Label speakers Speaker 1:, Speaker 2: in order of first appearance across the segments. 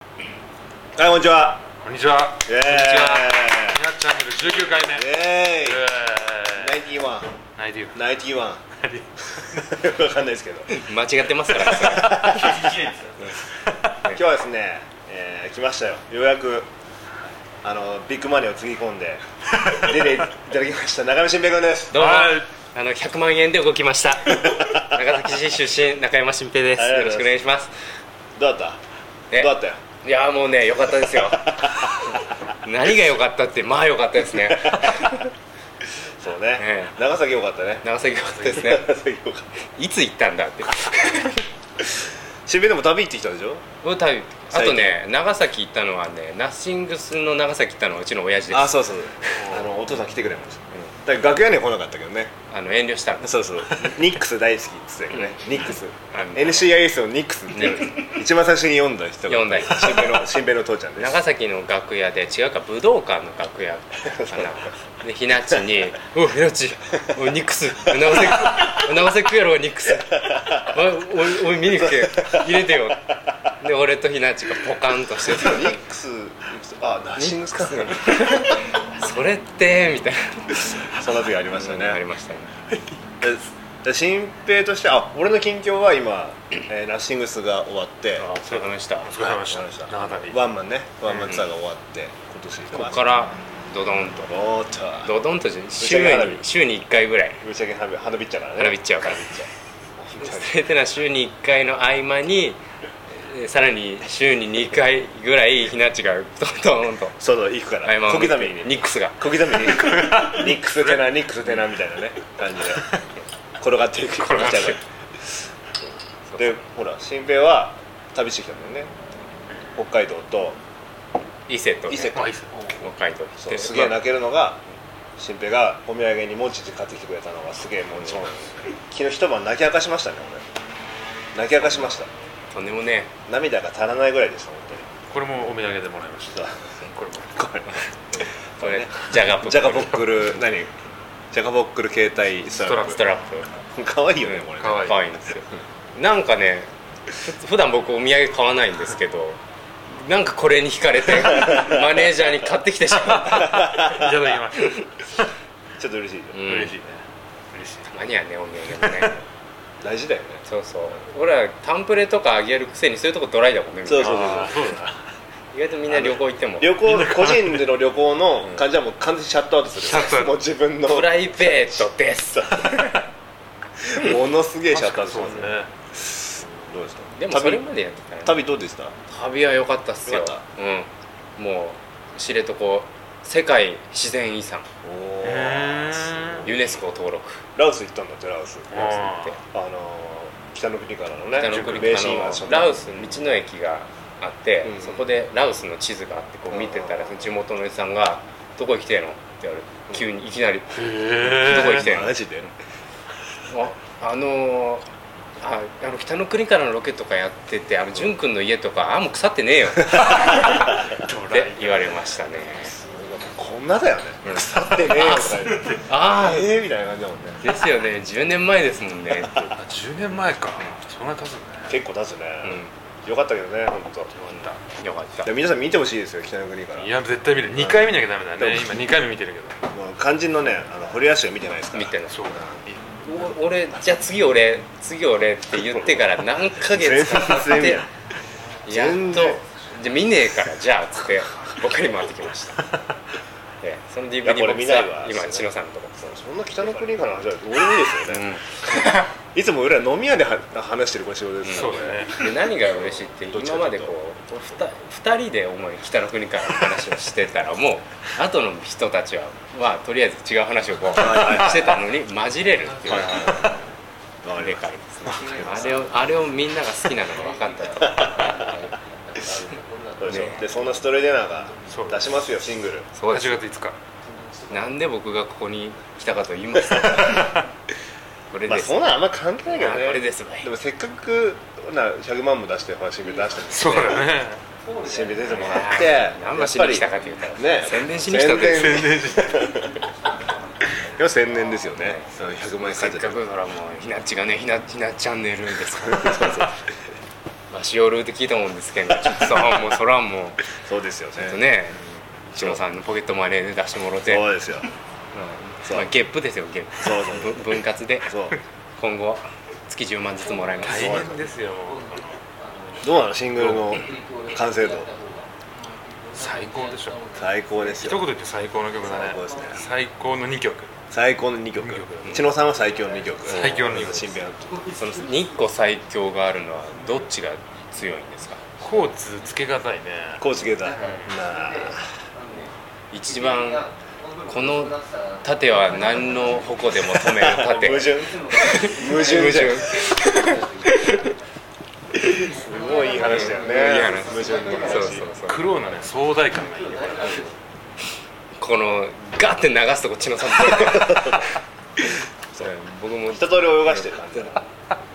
Speaker 1: はい、こんにちは。
Speaker 2: こんにちは。
Speaker 1: イエーイ
Speaker 2: こんにちは。ニャチャンネル19回目。
Speaker 1: イ
Speaker 2: え
Speaker 1: エーイ。ナ
Speaker 2: ー
Speaker 1: イティワン。
Speaker 2: ナイディ
Speaker 1: ナイティワン。 わかんないですけど。
Speaker 3: 間違ってますからねそれ
Speaker 1: 今日はですね、えー来ましたよ。ようやく。あの、ビッグマネーをつぎ込ん で。出ていただきました。中見新平君です。
Speaker 3: どうも
Speaker 2: はい
Speaker 3: あの100万円で動きました 長崎市出身中山新平です
Speaker 1: ありが
Speaker 3: よ
Speaker 1: とう
Speaker 3: ろ
Speaker 1: ござ
Speaker 3: しく
Speaker 1: います
Speaker 3: お願いします
Speaker 1: どうだっ
Speaker 3: え
Speaker 1: た。どうだったよ。
Speaker 3: いやーもうね良かっ たですよ何が良かったってまあ良かったで すね
Speaker 1: そうね
Speaker 3: え。
Speaker 1: 長崎良かったね。
Speaker 3: 長崎良かったですね
Speaker 1: 長崎良かった。
Speaker 3: いつ行ったんだって
Speaker 1: 新平でも旅行ってきたでしょ。
Speaker 3: 舞台あとね長崎行ったのはねナッシングスの長崎行ったのはうちの親父です
Speaker 1: あ、そうそう。あの、お父さん来てくれました。だから楽屋には来なかったけどね。
Speaker 3: あの遠慮したんです
Speaker 1: そうそうニックス大好きって言ってたけどねニックス
Speaker 3: あの
Speaker 1: NCIS をニックスって一番最初に読んだ人が
Speaker 3: 読んだ人
Speaker 1: 新兵 の新兵の父ちゃんです
Speaker 3: 長崎の楽屋で違うか武道館の楽屋かなでひなっちに「おひなっちおいニックス長崎長崎やろニックスおいおいおい見に来て入れてよ」で俺とひなっちがポカンとしてて
Speaker 1: ニックスニックスあナッシングスか
Speaker 3: 「それって」みたい
Speaker 1: そんな時ありました
Speaker 3: なあ
Speaker 1: ね
Speaker 3: りましたね
Speaker 1: でで新兵としてあ俺の近況は今、えーナッシングスが終わって
Speaker 3: あそういう話した
Speaker 2: お疲れ様でした
Speaker 1: はい終わり。
Speaker 2: 長旅。
Speaker 1: ワンマンねワンマンツアーが終わって今年
Speaker 3: ここからドドンと
Speaker 1: おーっと
Speaker 3: ドドンとじゃ週に週に1回ぐらい
Speaker 1: ぶっちゃけ花火花火っちゃうからね
Speaker 3: 花火っちゃうから
Speaker 1: 花火っちゃう
Speaker 3: それてな週に1回の合間にえーさらに週に2回ぐらいひなっちがトントンと
Speaker 1: そうそう行くから
Speaker 3: 合間を
Speaker 1: 小
Speaker 3: 縫って
Speaker 1: 刻みにね
Speaker 3: ニックスが
Speaker 1: 小刻みにニックステナニックステナみたいなね感じで転がっていく転
Speaker 3: がっていく
Speaker 1: でほら新平は旅してきたんだよね北海道と
Speaker 3: 伊勢とね
Speaker 1: 伊勢
Speaker 3: 北
Speaker 2: あいいっすね
Speaker 3: 海道来
Speaker 1: そう
Speaker 3: て
Speaker 1: すげえ
Speaker 3: まあ
Speaker 1: 泣けるのが新平がお土産にもちち買ってきてくれたのがすげえもちもち昨日一晩泣き明かしましたね俺泣き明かしました
Speaker 3: とんでもね
Speaker 1: 涙が足らないぐらいでした本
Speaker 2: これもお土産でもらいま し
Speaker 1: 当に
Speaker 2: た。これも。
Speaker 1: これ
Speaker 3: これジャガポ
Speaker 1: ジャガボックル何ジャガボックル携帯ス
Speaker 2: トラッ
Speaker 3: ストラップ
Speaker 1: 可愛いよねこれね
Speaker 2: 可愛い。
Speaker 3: 可愛いんですよなんかねふ普段僕お土産買わないんですけどなんかこれに惹かれて マネージャーに買ってきてしまった
Speaker 2: いただきました。
Speaker 1: ちょっと嬉しいよ
Speaker 3: うん
Speaker 2: 嬉しいね。嬉しい。
Speaker 3: たまにはねお土産もね
Speaker 1: 大事だよね
Speaker 3: そうそう俺らタンプレとかあげるくせにそういうとこドライだもんねみんな
Speaker 1: そうそう
Speaker 2: あーそうだな。
Speaker 3: 意外とみんな旅行行っても
Speaker 1: 旅行個人での旅行の感じはもう完全にシャットアウトす
Speaker 2: シャットアウ
Speaker 1: る
Speaker 2: ト
Speaker 1: もう自分の
Speaker 3: プライベートです
Speaker 1: ものすげえシャットアウトす
Speaker 2: そう
Speaker 1: る
Speaker 2: ですね。
Speaker 1: どうですか
Speaker 3: でもそれ
Speaker 1: 旅
Speaker 3: までやってたね
Speaker 1: 旅どうでした
Speaker 3: 旅は良かったっすよ
Speaker 1: 良かっ
Speaker 3: うんもう知床世界自然遺産
Speaker 1: お
Speaker 2: う
Speaker 1: ー
Speaker 2: ーん
Speaker 3: ユネスコ登録
Speaker 1: ラオス行ったんだってラオスあ
Speaker 2: あー
Speaker 1: のー北の国からのね
Speaker 3: 北の国
Speaker 1: 名
Speaker 3: あ
Speaker 1: シーンが
Speaker 3: のラウス道の駅があって、
Speaker 1: うん
Speaker 3: そこでラウスの地図があってこう見てたらその地元のおじさんが「どこ行きてえの?」って言われて急にいきなり
Speaker 2: へー
Speaker 3: どこ行きたい
Speaker 1: マジで
Speaker 3: ああのーああの北の国からのロケとかやっててあの淳君の家とかあもう腐ってねえよっ
Speaker 2: ドライ
Speaker 3: て言われました ね
Speaker 1: こんなだよね
Speaker 3: うん
Speaker 1: 腐ってねえよとか言って
Speaker 3: ああ
Speaker 1: ええみたいな感じだもんね
Speaker 3: ですよね10年前ですも んね、
Speaker 2: あ10年前か。そんな経つね。
Speaker 1: 結構出すね
Speaker 3: う
Speaker 1: よかったけどね本当。
Speaker 3: ん、よかった
Speaker 1: で皆さん見てほしいですよ北の国から
Speaker 2: いや絶対見る。2回見なきゃダメだ
Speaker 1: で
Speaker 2: ね。
Speaker 1: も
Speaker 2: 今2回目見てるけど。
Speaker 1: もう肝心のねあの堀アッシュ見てないですから
Speaker 3: 見てない
Speaker 2: そうだ。
Speaker 3: お俺じゃあ次俺次俺って言ってから何ヶ月か経
Speaker 1: 全然見
Speaker 3: って
Speaker 1: ない
Speaker 3: やっ
Speaker 1: 全
Speaker 3: と
Speaker 1: 然
Speaker 3: じゃあ見ねえからじゃあっつって僕に回ってきました でその DVD
Speaker 1: いやこれ
Speaker 3: 僕
Speaker 1: 見な
Speaker 3: さ
Speaker 1: いわ
Speaker 3: 今千乃さんのとこ
Speaker 1: そんな北の国からの話はどうでもいいですよね
Speaker 3: う
Speaker 1: いつも俺ら飲み屋では話してるこれ仕事ですから
Speaker 2: そうだね。
Speaker 3: ん、で何が嬉しいって
Speaker 1: どっちか
Speaker 3: 今までこうふた二人で主に北の国からの話をしてたらもう 後の人たちは、まあ、とりあえず違う話をこうしてたのに混じれるっていう
Speaker 1: はいわかり
Speaker 3: で
Speaker 1: ま
Speaker 3: かいですねあれをあれをみんなが好きなのが分かった
Speaker 1: したそうでしょ
Speaker 3: ね
Speaker 1: でそんなストレデナーが
Speaker 2: そう
Speaker 1: 出しますよシングル
Speaker 3: そう
Speaker 2: 8
Speaker 3: です
Speaker 2: 月5日。
Speaker 3: なんで僕がここに来たかと言います とこれ
Speaker 1: まあ
Speaker 3: です、
Speaker 1: そんなんあんま関係ないけど
Speaker 3: あこれで
Speaker 1: ね
Speaker 3: すわ
Speaker 1: でもせっかくな100万も出してほらシングル出しても
Speaker 2: そうだね。
Speaker 1: シングル出てもらってや
Speaker 3: 何
Speaker 1: っ
Speaker 3: がしに
Speaker 1: ぱり
Speaker 3: 来たかというと、
Speaker 1: ね
Speaker 3: 宣伝しに来たと
Speaker 1: 宣
Speaker 3: いう
Speaker 1: 伝要は宣伝ですよねそう100万円
Speaker 3: せ
Speaker 1: か
Speaker 3: っ
Speaker 1: けて
Speaker 3: かくほらもうひなっちがねひなひなチャンネルですから まあしおるって聞いたもんですけんちょっとさもうそらもう
Speaker 1: そうですよね
Speaker 3: ちょっとね一郎さんのポケットマネーで出してもろて、うん
Speaker 1: そうですよそう
Speaker 3: まあ、ゲップですよゲップ
Speaker 1: そうそう
Speaker 3: ぶ分割で
Speaker 1: そう
Speaker 3: 今後月10万ずつもらいます
Speaker 2: 大変ですよ
Speaker 1: どうなのシングルの完成度
Speaker 2: 最高でしょ
Speaker 1: 最高です
Speaker 2: 一
Speaker 1: よ
Speaker 2: 言言って最高の曲だね
Speaker 1: 最高ですね
Speaker 2: 最高の2曲
Speaker 1: 最高の2曲
Speaker 2: 二曲
Speaker 1: 千野さんは最強の2曲
Speaker 2: 最強の二曲
Speaker 1: 新編
Speaker 3: その2個最強があるのはどっちが強いんですか
Speaker 2: コーツつけがたいね
Speaker 1: コーチゲーターな
Speaker 3: 一番この盾は何の矛でも止める
Speaker 1: あ
Speaker 3: 盾
Speaker 1: 矛 盾矛盾
Speaker 3: 矛
Speaker 1: じゃん
Speaker 3: 盾
Speaker 1: すごいいい話だよ
Speaker 3: いい
Speaker 1: ね
Speaker 3: 話
Speaker 1: 矛盾の話
Speaker 3: そうそうそう
Speaker 2: クローのね壮大感がいいねこれ
Speaker 3: このガッて流すとこっちのさそう僕も
Speaker 1: 一通り泳がしてる感じだ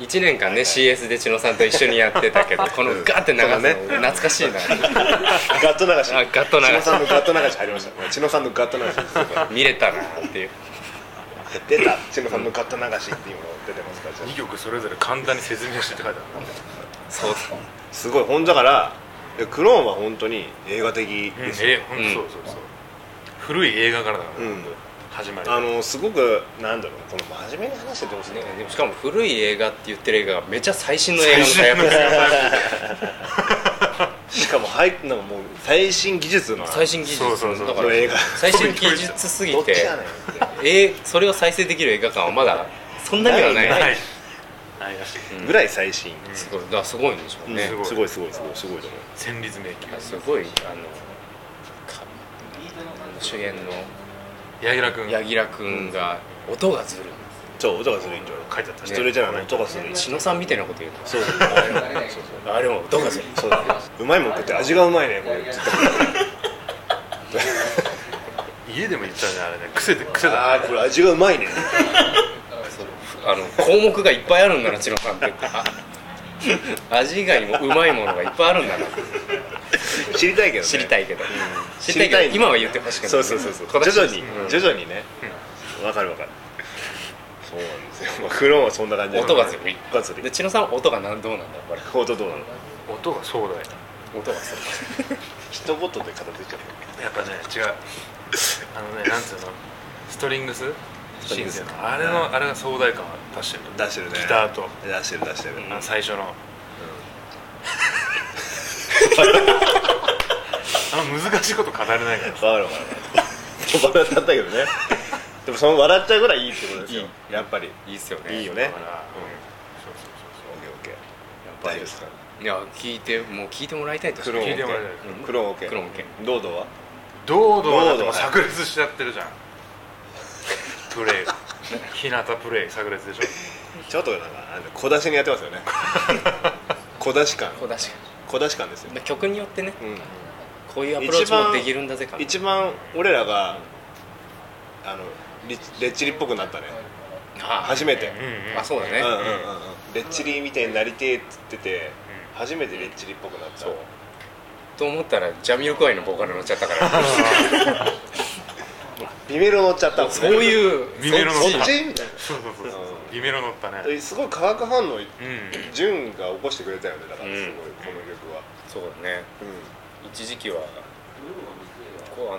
Speaker 3: 1年間ね CS で千野さんと一緒にやってたけどこのガッて流す
Speaker 1: そうだね
Speaker 3: の懐かしいな
Speaker 1: ガット流し
Speaker 3: あガット流し
Speaker 1: 千野さんのガット流し入りました千野さんのガット流し
Speaker 3: 見れたなっていう
Speaker 1: 出た千野さんのガット流しっていうの出てますからじゃあ
Speaker 2: 2曲それぞれ簡単に説明してって書いてある
Speaker 3: そう
Speaker 1: すごいほんだからいやクローンは本当に映画的
Speaker 2: うん
Speaker 1: ですよ、
Speaker 2: えほんとそうそうそう古い映画からだから
Speaker 1: うん
Speaker 2: 始まり
Speaker 1: あのすごくなんだろうこの真面目に話してどうする
Speaker 3: ね
Speaker 1: の、
Speaker 3: でもしかも古い映画って言ってる映画がめっちゃ最新の映画のタイプですよ
Speaker 1: しかもはいなんかもう最新技術の
Speaker 3: 最新技術
Speaker 2: そうそうそう
Speaker 3: だか
Speaker 1: の
Speaker 3: ら
Speaker 1: 映画
Speaker 3: 最新技術すぎ
Speaker 1: どっち
Speaker 3: て
Speaker 1: やねんって
Speaker 3: えーそれを再生できる映画館はまだそんなにはない
Speaker 2: ないないらしい
Speaker 1: ぐらい最新、
Speaker 3: すごいだからすごいんでしょうね、
Speaker 1: ね、す
Speaker 2: す
Speaker 1: ご
Speaker 2: ご
Speaker 1: いすごいすごいすごいと思う
Speaker 2: 戦慄迷宮
Speaker 3: すごいあのか主演の
Speaker 2: 柳楽君
Speaker 3: 柳楽君が音がずるい
Speaker 1: そう音がするんじゃ
Speaker 2: 書いてあった
Speaker 1: ストレートなの音がする
Speaker 3: 篠さんみたいなこと言うの
Speaker 1: そうそう
Speaker 3: あれも音がずるい
Speaker 1: そうだうまいもん食って味がうまいねこれつって
Speaker 2: 家でも言ったねあれね癖で癖 だ
Speaker 1: ああこれ味がうまいね
Speaker 3: あの項目がいっぱいあるんだな篠さんって あ味以外にもうまいものがいっぱいあるんだな
Speaker 1: 知りたいけどね
Speaker 3: 知りたいけど、知
Speaker 1: 知
Speaker 3: りた
Speaker 1: りたい
Speaker 3: いけど
Speaker 1: ね
Speaker 3: 今は言ってほしくない
Speaker 1: そうそうそうそう
Speaker 3: 正し
Speaker 1: 徐
Speaker 3: い
Speaker 1: 々に
Speaker 3: うん
Speaker 1: 徐々にねわかるわかるそうなんですよまあクローンはそんな感じ
Speaker 3: 音がずるい
Speaker 1: 音がずる
Speaker 3: で
Speaker 1: い
Speaker 3: 千野さんは音がなんどうなんだこれ
Speaker 1: 音どうなの
Speaker 2: 音が壮大
Speaker 3: 音がする
Speaker 1: 一言で片付いちゃ
Speaker 2: やっぱね違うあ のねなんつうのストリングス
Speaker 1: ストリン
Speaker 2: シン
Speaker 1: グス
Speaker 2: セのあれのあれが壮大感を出してる
Speaker 1: う出してるね
Speaker 2: ギターと
Speaker 1: 出してる出してる
Speaker 2: あの最 初の、あの難しいこと語れないから
Speaker 1: わかるわかる笑っちゃったけどねでもその笑っちゃうぐらいいいってことですよやっぱり
Speaker 3: いいっすよね
Speaker 1: いいよね
Speaker 2: だからそうそう
Speaker 1: オッケーオッケー
Speaker 3: ぱ
Speaker 1: 大
Speaker 3: り
Speaker 1: 丈夫ですか
Speaker 3: いや聞いてもう聞いてもらいたいとしか
Speaker 1: クローン
Speaker 2: 聞いてもらいたい
Speaker 3: うん
Speaker 1: クローンオッケー
Speaker 3: クローンオッケ
Speaker 1: どうどうは
Speaker 2: そう堂々だっても
Speaker 1: 堂々
Speaker 2: う炸裂しちゃってるじゃんプレイ日向プレイ炸裂でしょ
Speaker 1: ちょっとなんかあの小出しにやってますよね小出し 感
Speaker 3: こう出し
Speaker 1: 小出し感ですよ、
Speaker 3: 曲によってね
Speaker 1: う
Speaker 3: こういうアプローチもできるんだぜか
Speaker 1: ん、一番俺らがあのリレッチリっぽくなったね初めて、
Speaker 2: うんうん
Speaker 3: あそうだね
Speaker 1: うんうんうんうんレッチリみたいになりてえっつってて初めてレッチリっぽくなった
Speaker 3: そうと思ったらジャミロクワイのボーカル乗っちゃったから
Speaker 1: ビメロ乗っちゃったもんね
Speaker 3: そう いう
Speaker 2: ビメロの
Speaker 1: そ
Speaker 3: そ
Speaker 1: っ
Speaker 3: っち
Speaker 1: ちみたい
Speaker 2: そうそうそうそう夢の乗ったね
Speaker 1: なすごい化学反応
Speaker 2: うん
Speaker 1: 潤が起こしてくれたよねだからすごい、
Speaker 3: うん
Speaker 1: この曲は、
Speaker 3: そうだね一時期はこうあの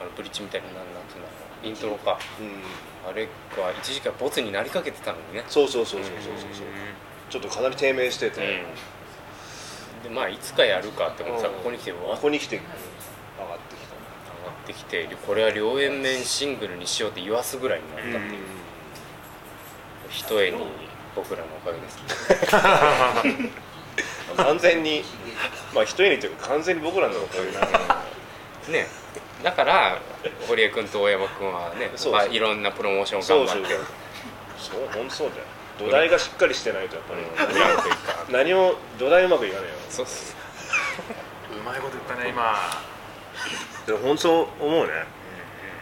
Speaker 3: あのブリッジみたいななんなんていうのイントロか
Speaker 1: うん、
Speaker 3: あれは一時期はボツになりかけてたのにね
Speaker 1: そうそうそうそうそうそうそうちょっとかなり低迷してて、
Speaker 3: でまあいつかやるかって思ってたらここに来てわ
Speaker 1: ここに来て上がってきた
Speaker 3: 上がってきてこれは両円面シングルにしようって言わすぐらいになったって
Speaker 2: う
Speaker 3: いう、
Speaker 2: ん
Speaker 3: ひとえに僕らのおかげです
Speaker 1: 完全にまあ一重にというか完全に僕らのおかげな
Speaker 3: ねだから堀江君と大山君はね
Speaker 1: そうそう
Speaker 3: まあ、いろんなプロモーション
Speaker 1: そ
Speaker 3: を
Speaker 1: う
Speaker 3: 頑
Speaker 1: そう
Speaker 3: 張って
Speaker 1: そう本当そうだよ土台がしっかりしてないとやっぱり、
Speaker 3: うんやるというか
Speaker 1: 何も土台うまくいかないよ
Speaker 3: そうそう
Speaker 2: うまいこと言ったね今
Speaker 1: でも本当思うね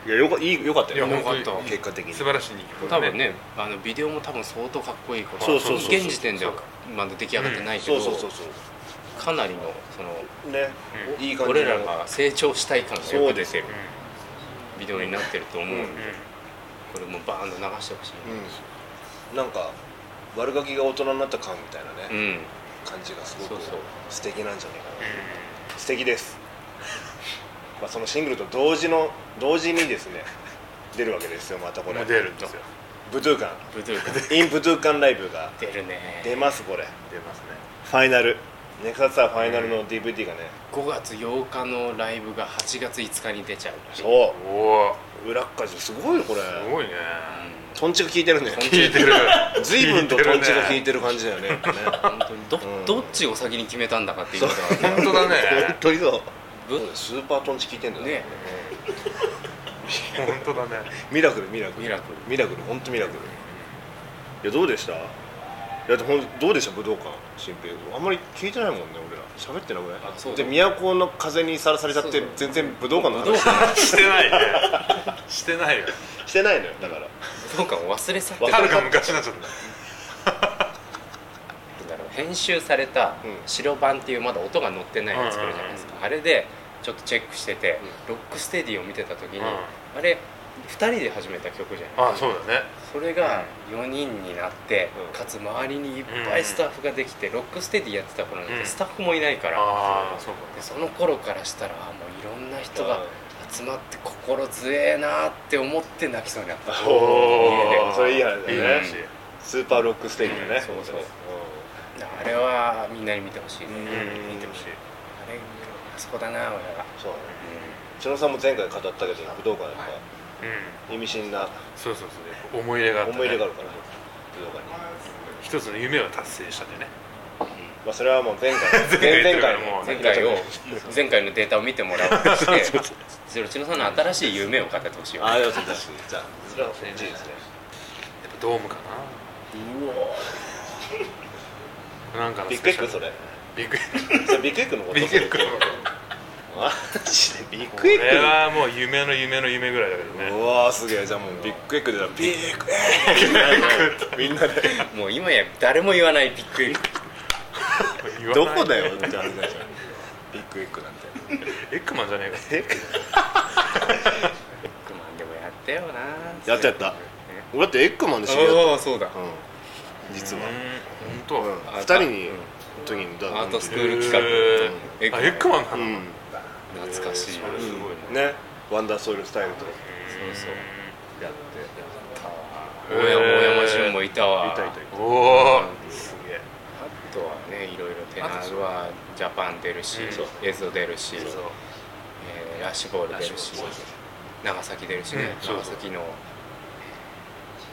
Speaker 1: いやよかいいよかったよ
Speaker 3: いやよかった
Speaker 1: 結果的に
Speaker 2: 素晴らしい2曲
Speaker 3: 多分ねあのビデオも多分相当かっこいいこと
Speaker 1: そうそうそうそう
Speaker 3: 現時点ではまだ出来上がってないけ
Speaker 1: そ
Speaker 3: ど、
Speaker 1: うそうそうそ
Speaker 3: かなりのその
Speaker 1: うね、
Speaker 2: う
Speaker 1: いい感じ
Speaker 3: 俺らが成長したい感がよく出てる
Speaker 2: うん
Speaker 3: ビデオになってると思うんで、
Speaker 2: うん
Speaker 3: これもバーンと流してほしい、
Speaker 1: うんなんか悪ガキが大人になった感みたいなね、
Speaker 3: うん
Speaker 1: 感じがすご
Speaker 3: そう
Speaker 1: く
Speaker 3: そう
Speaker 1: 素敵なんじゃないかな
Speaker 2: う
Speaker 1: 素敵です、まあ、そのシングルと同時の同時にですね出るわけですよまたこ
Speaker 2: んも
Speaker 1: れ
Speaker 2: う出るんですよ
Speaker 1: ブドゥーカ
Speaker 3: ブドゥーが
Speaker 1: ンインブドゥーカンライブが
Speaker 3: 出るね
Speaker 1: 出ますこれ
Speaker 2: 出ますね
Speaker 1: ファイナルネクサスはファイナルの DVD がね、
Speaker 3: 5月8日のライブが8月5日に出ちゃうう、
Speaker 1: そ
Speaker 2: おお
Speaker 1: う裏っかじすごいよこれ
Speaker 2: すごいね
Speaker 3: う
Speaker 1: トンチが効いてるね
Speaker 3: トンチ
Speaker 2: 聞いてる
Speaker 1: 随分とトンチが効
Speaker 2: 聞
Speaker 1: い
Speaker 2: て
Speaker 1: てる感じだよねやっぱね
Speaker 3: ん、本当にど,、
Speaker 1: うん
Speaker 3: どっちを先に決めたんだかっていうこと
Speaker 2: るね本当だ
Speaker 1: 本
Speaker 2: ね
Speaker 1: 当にそう
Speaker 3: ぶ
Speaker 1: スーパートンチ効いてんだよ
Speaker 3: ね
Speaker 2: 本当だね
Speaker 1: ミラクルミラクル
Speaker 3: ミラクル
Speaker 1: ミラクル本当ミラクルいやどうでしたいやほんどうでした武道館新平君あんまり聞いてないもんね俺ら喋ってない俺
Speaker 3: あそう
Speaker 1: で都の風にさらされちゃって
Speaker 3: そうそう
Speaker 1: 全然武道館の
Speaker 3: 武道
Speaker 1: 話
Speaker 3: 館
Speaker 2: してないねしてないよ
Speaker 1: してないのよだから、
Speaker 3: 武道館を忘れ去って
Speaker 1: わ
Speaker 3: た
Speaker 2: はるか昔になっちゃった
Speaker 3: だろう編集された
Speaker 1: うん
Speaker 3: 白版っていうまだ音が乗ってないやつ作るじゃないですか、あれでちょっとチェックしてて、ロックステディを見てた時に、
Speaker 2: うん
Speaker 3: あれ2人で始めた曲じゃない
Speaker 2: あそうだね
Speaker 3: それが4人になって、
Speaker 1: うん
Speaker 3: かつ周りにいっぱいスタッフができて、ロックステディやってた頃なん
Speaker 2: う
Speaker 3: て
Speaker 2: ん
Speaker 3: スタッフもいないから、
Speaker 2: ああそうか
Speaker 3: でその頃からしたらあもういろんな人が
Speaker 1: うん
Speaker 3: 集まって心強えなって思って泣きそうになった、
Speaker 1: お
Speaker 2: お
Speaker 1: ー
Speaker 2: お
Speaker 1: それいい話だ
Speaker 2: いい
Speaker 1: ね
Speaker 2: 話
Speaker 1: スーパーロックステージだね、
Speaker 3: うんそうそうあれはみんなに見てほしいね、
Speaker 1: うん
Speaker 3: あ
Speaker 2: 見てほしい
Speaker 3: れあそこだな俺は、
Speaker 1: そう千野さんも前回語ったけど武道館やっ
Speaker 2: うん
Speaker 1: ぱ意味深な
Speaker 2: そうそうそう思い入れがあったね
Speaker 1: 思い入れがあるから、武道館に
Speaker 2: 一つの夢を達成したんでね
Speaker 1: まあそれはもう前回
Speaker 2: 前回
Speaker 1: 前々
Speaker 2: 言ってるから
Speaker 1: 回
Speaker 2: も
Speaker 1: の
Speaker 2: う
Speaker 3: 前回を前回のデータを見てもらおうとしてそれうちのさんの新しい夢を語ってほしいよ
Speaker 1: ああ
Speaker 3: ね
Speaker 1: りがとうございますじゃあそれは事実ですね
Speaker 2: やっぱドームかななんかの
Speaker 1: ビッ
Speaker 2: ス
Speaker 1: グエ
Speaker 2: ペ
Speaker 1: ッ
Speaker 2: シャ
Speaker 1: グ
Speaker 2: ル
Speaker 1: それ
Speaker 2: ビッグエッ
Speaker 1: それビッグエッグのこ
Speaker 2: グ
Speaker 1: と
Speaker 2: ビッグエッグのこと
Speaker 1: マジでビッ
Speaker 2: こ
Speaker 1: グエッグ
Speaker 2: れはもう夢の夢の夢ぐらいだけどね
Speaker 1: うわーすげえじゃあもうビッグエッグでじゃあビッグエッグみんなで
Speaker 3: もう今や誰も言わないビッグエッグ
Speaker 2: 言 わ
Speaker 1: ど
Speaker 2: ない
Speaker 1: こだよってあれだよビッグエッグなんて
Speaker 2: エッグマンじゃねえか
Speaker 3: マンでもやったよな
Speaker 1: やっちゃった俺だってエッグマンで知り合った
Speaker 3: ああそうだ
Speaker 1: うん実は
Speaker 2: うん本
Speaker 1: うん二
Speaker 3: あ
Speaker 1: 人に時にだ
Speaker 3: アートスク
Speaker 2: 当
Speaker 3: ール企画
Speaker 2: えーあエッグマンな
Speaker 1: う
Speaker 2: の
Speaker 1: ん
Speaker 3: 懐かし
Speaker 2: え
Speaker 3: い
Speaker 2: ーそれすごいね
Speaker 1: ねワンダーソイルスタイルとか
Speaker 3: そうそう
Speaker 1: やって
Speaker 2: へー
Speaker 3: 大山大山潤もいたわ
Speaker 1: いたいたい
Speaker 2: おお
Speaker 1: すげえ
Speaker 3: あとはねいろいろテナールはジャパン出るし
Speaker 2: うんそう
Speaker 3: 映像出るし
Speaker 1: そう
Speaker 3: えーラッシュボール出るし長崎出るしね
Speaker 2: うんそう
Speaker 3: 長
Speaker 2: そう
Speaker 3: 崎の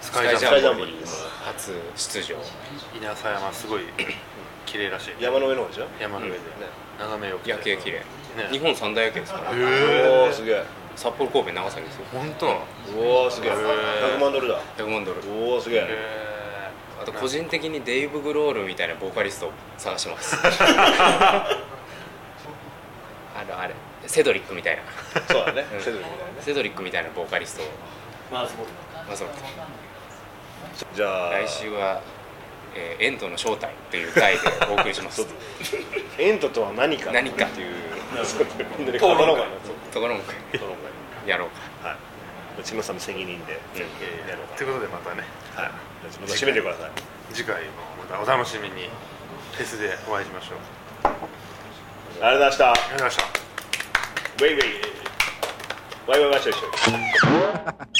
Speaker 2: ス
Speaker 3: ス
Speaker 2: カ
Speaker 3: カ
Speaker 2: イ
Speaker 3: イ
Speaker 2: ジ
Speaker 3: ジ
Speaker 2: ャ
Speaker 3: ャ
Speaker 2: ン
Speaker 3: ン
Speaker 1: ボ
Speaker 3: ボ
Speaker 1: リ
Speaker 3: リ
Speaker 1: ー
Speaker 3: ー初出場
Speaker 2: プ稲佐山すごい綺麗らしい
Speaker 1: 山の上の方でしょね
Speaker 2: 山の上で眺めよく
Speaker 3: 夜景綺麗
Speaker 2: ね
Speaker 3: 日本三大夜景ですから
Speaker 2: へ
Speaker 1: お
Speaker 2: え
Speaker 1: ーすげえ
Speaker 3: 札幌神戸長崎ですよ
Speaker 2: 本当
Speaker 1: おーすげえ
Speaker 2: へー
Speaker 1: 100万ドルだ
Speaker 3: 100万ドル
Speaker 1: おーすげえ
Speaker 2: へ
Speaker 3: あと個人的にデイブ・グロールみたいなボーカリストを探してますあれあれセドリックみたいな
Speaker 1: そうだね
Speaker 3: うん
Speaker 1: セドリみたいなね
Speaker 3: セドリックみたいなボーカリストをまず
Speaker 1: じゃあ
Speaker 3: 来週は、えーエントの正体っていう回でお送りします
Speaker 1: そうエントとは何か
Speaker 3: 何か
Speaker 1: っていうそうみんなで頑張ろうかなと
Speaker 3: ところもやろうか
Speaker 1: はい千葉さんの責任で
Speaker 2: えということでまたね
Speaker 1: はい千葉さん締めてください
Speaker 2: 次回もまたお楽しみにフェスでお会いしましょう
Speaker 1: ありがとうございました
Speaker 2: ありがとうございました
Speaker 1: ウェイウェイワイワイワイワイワイワイ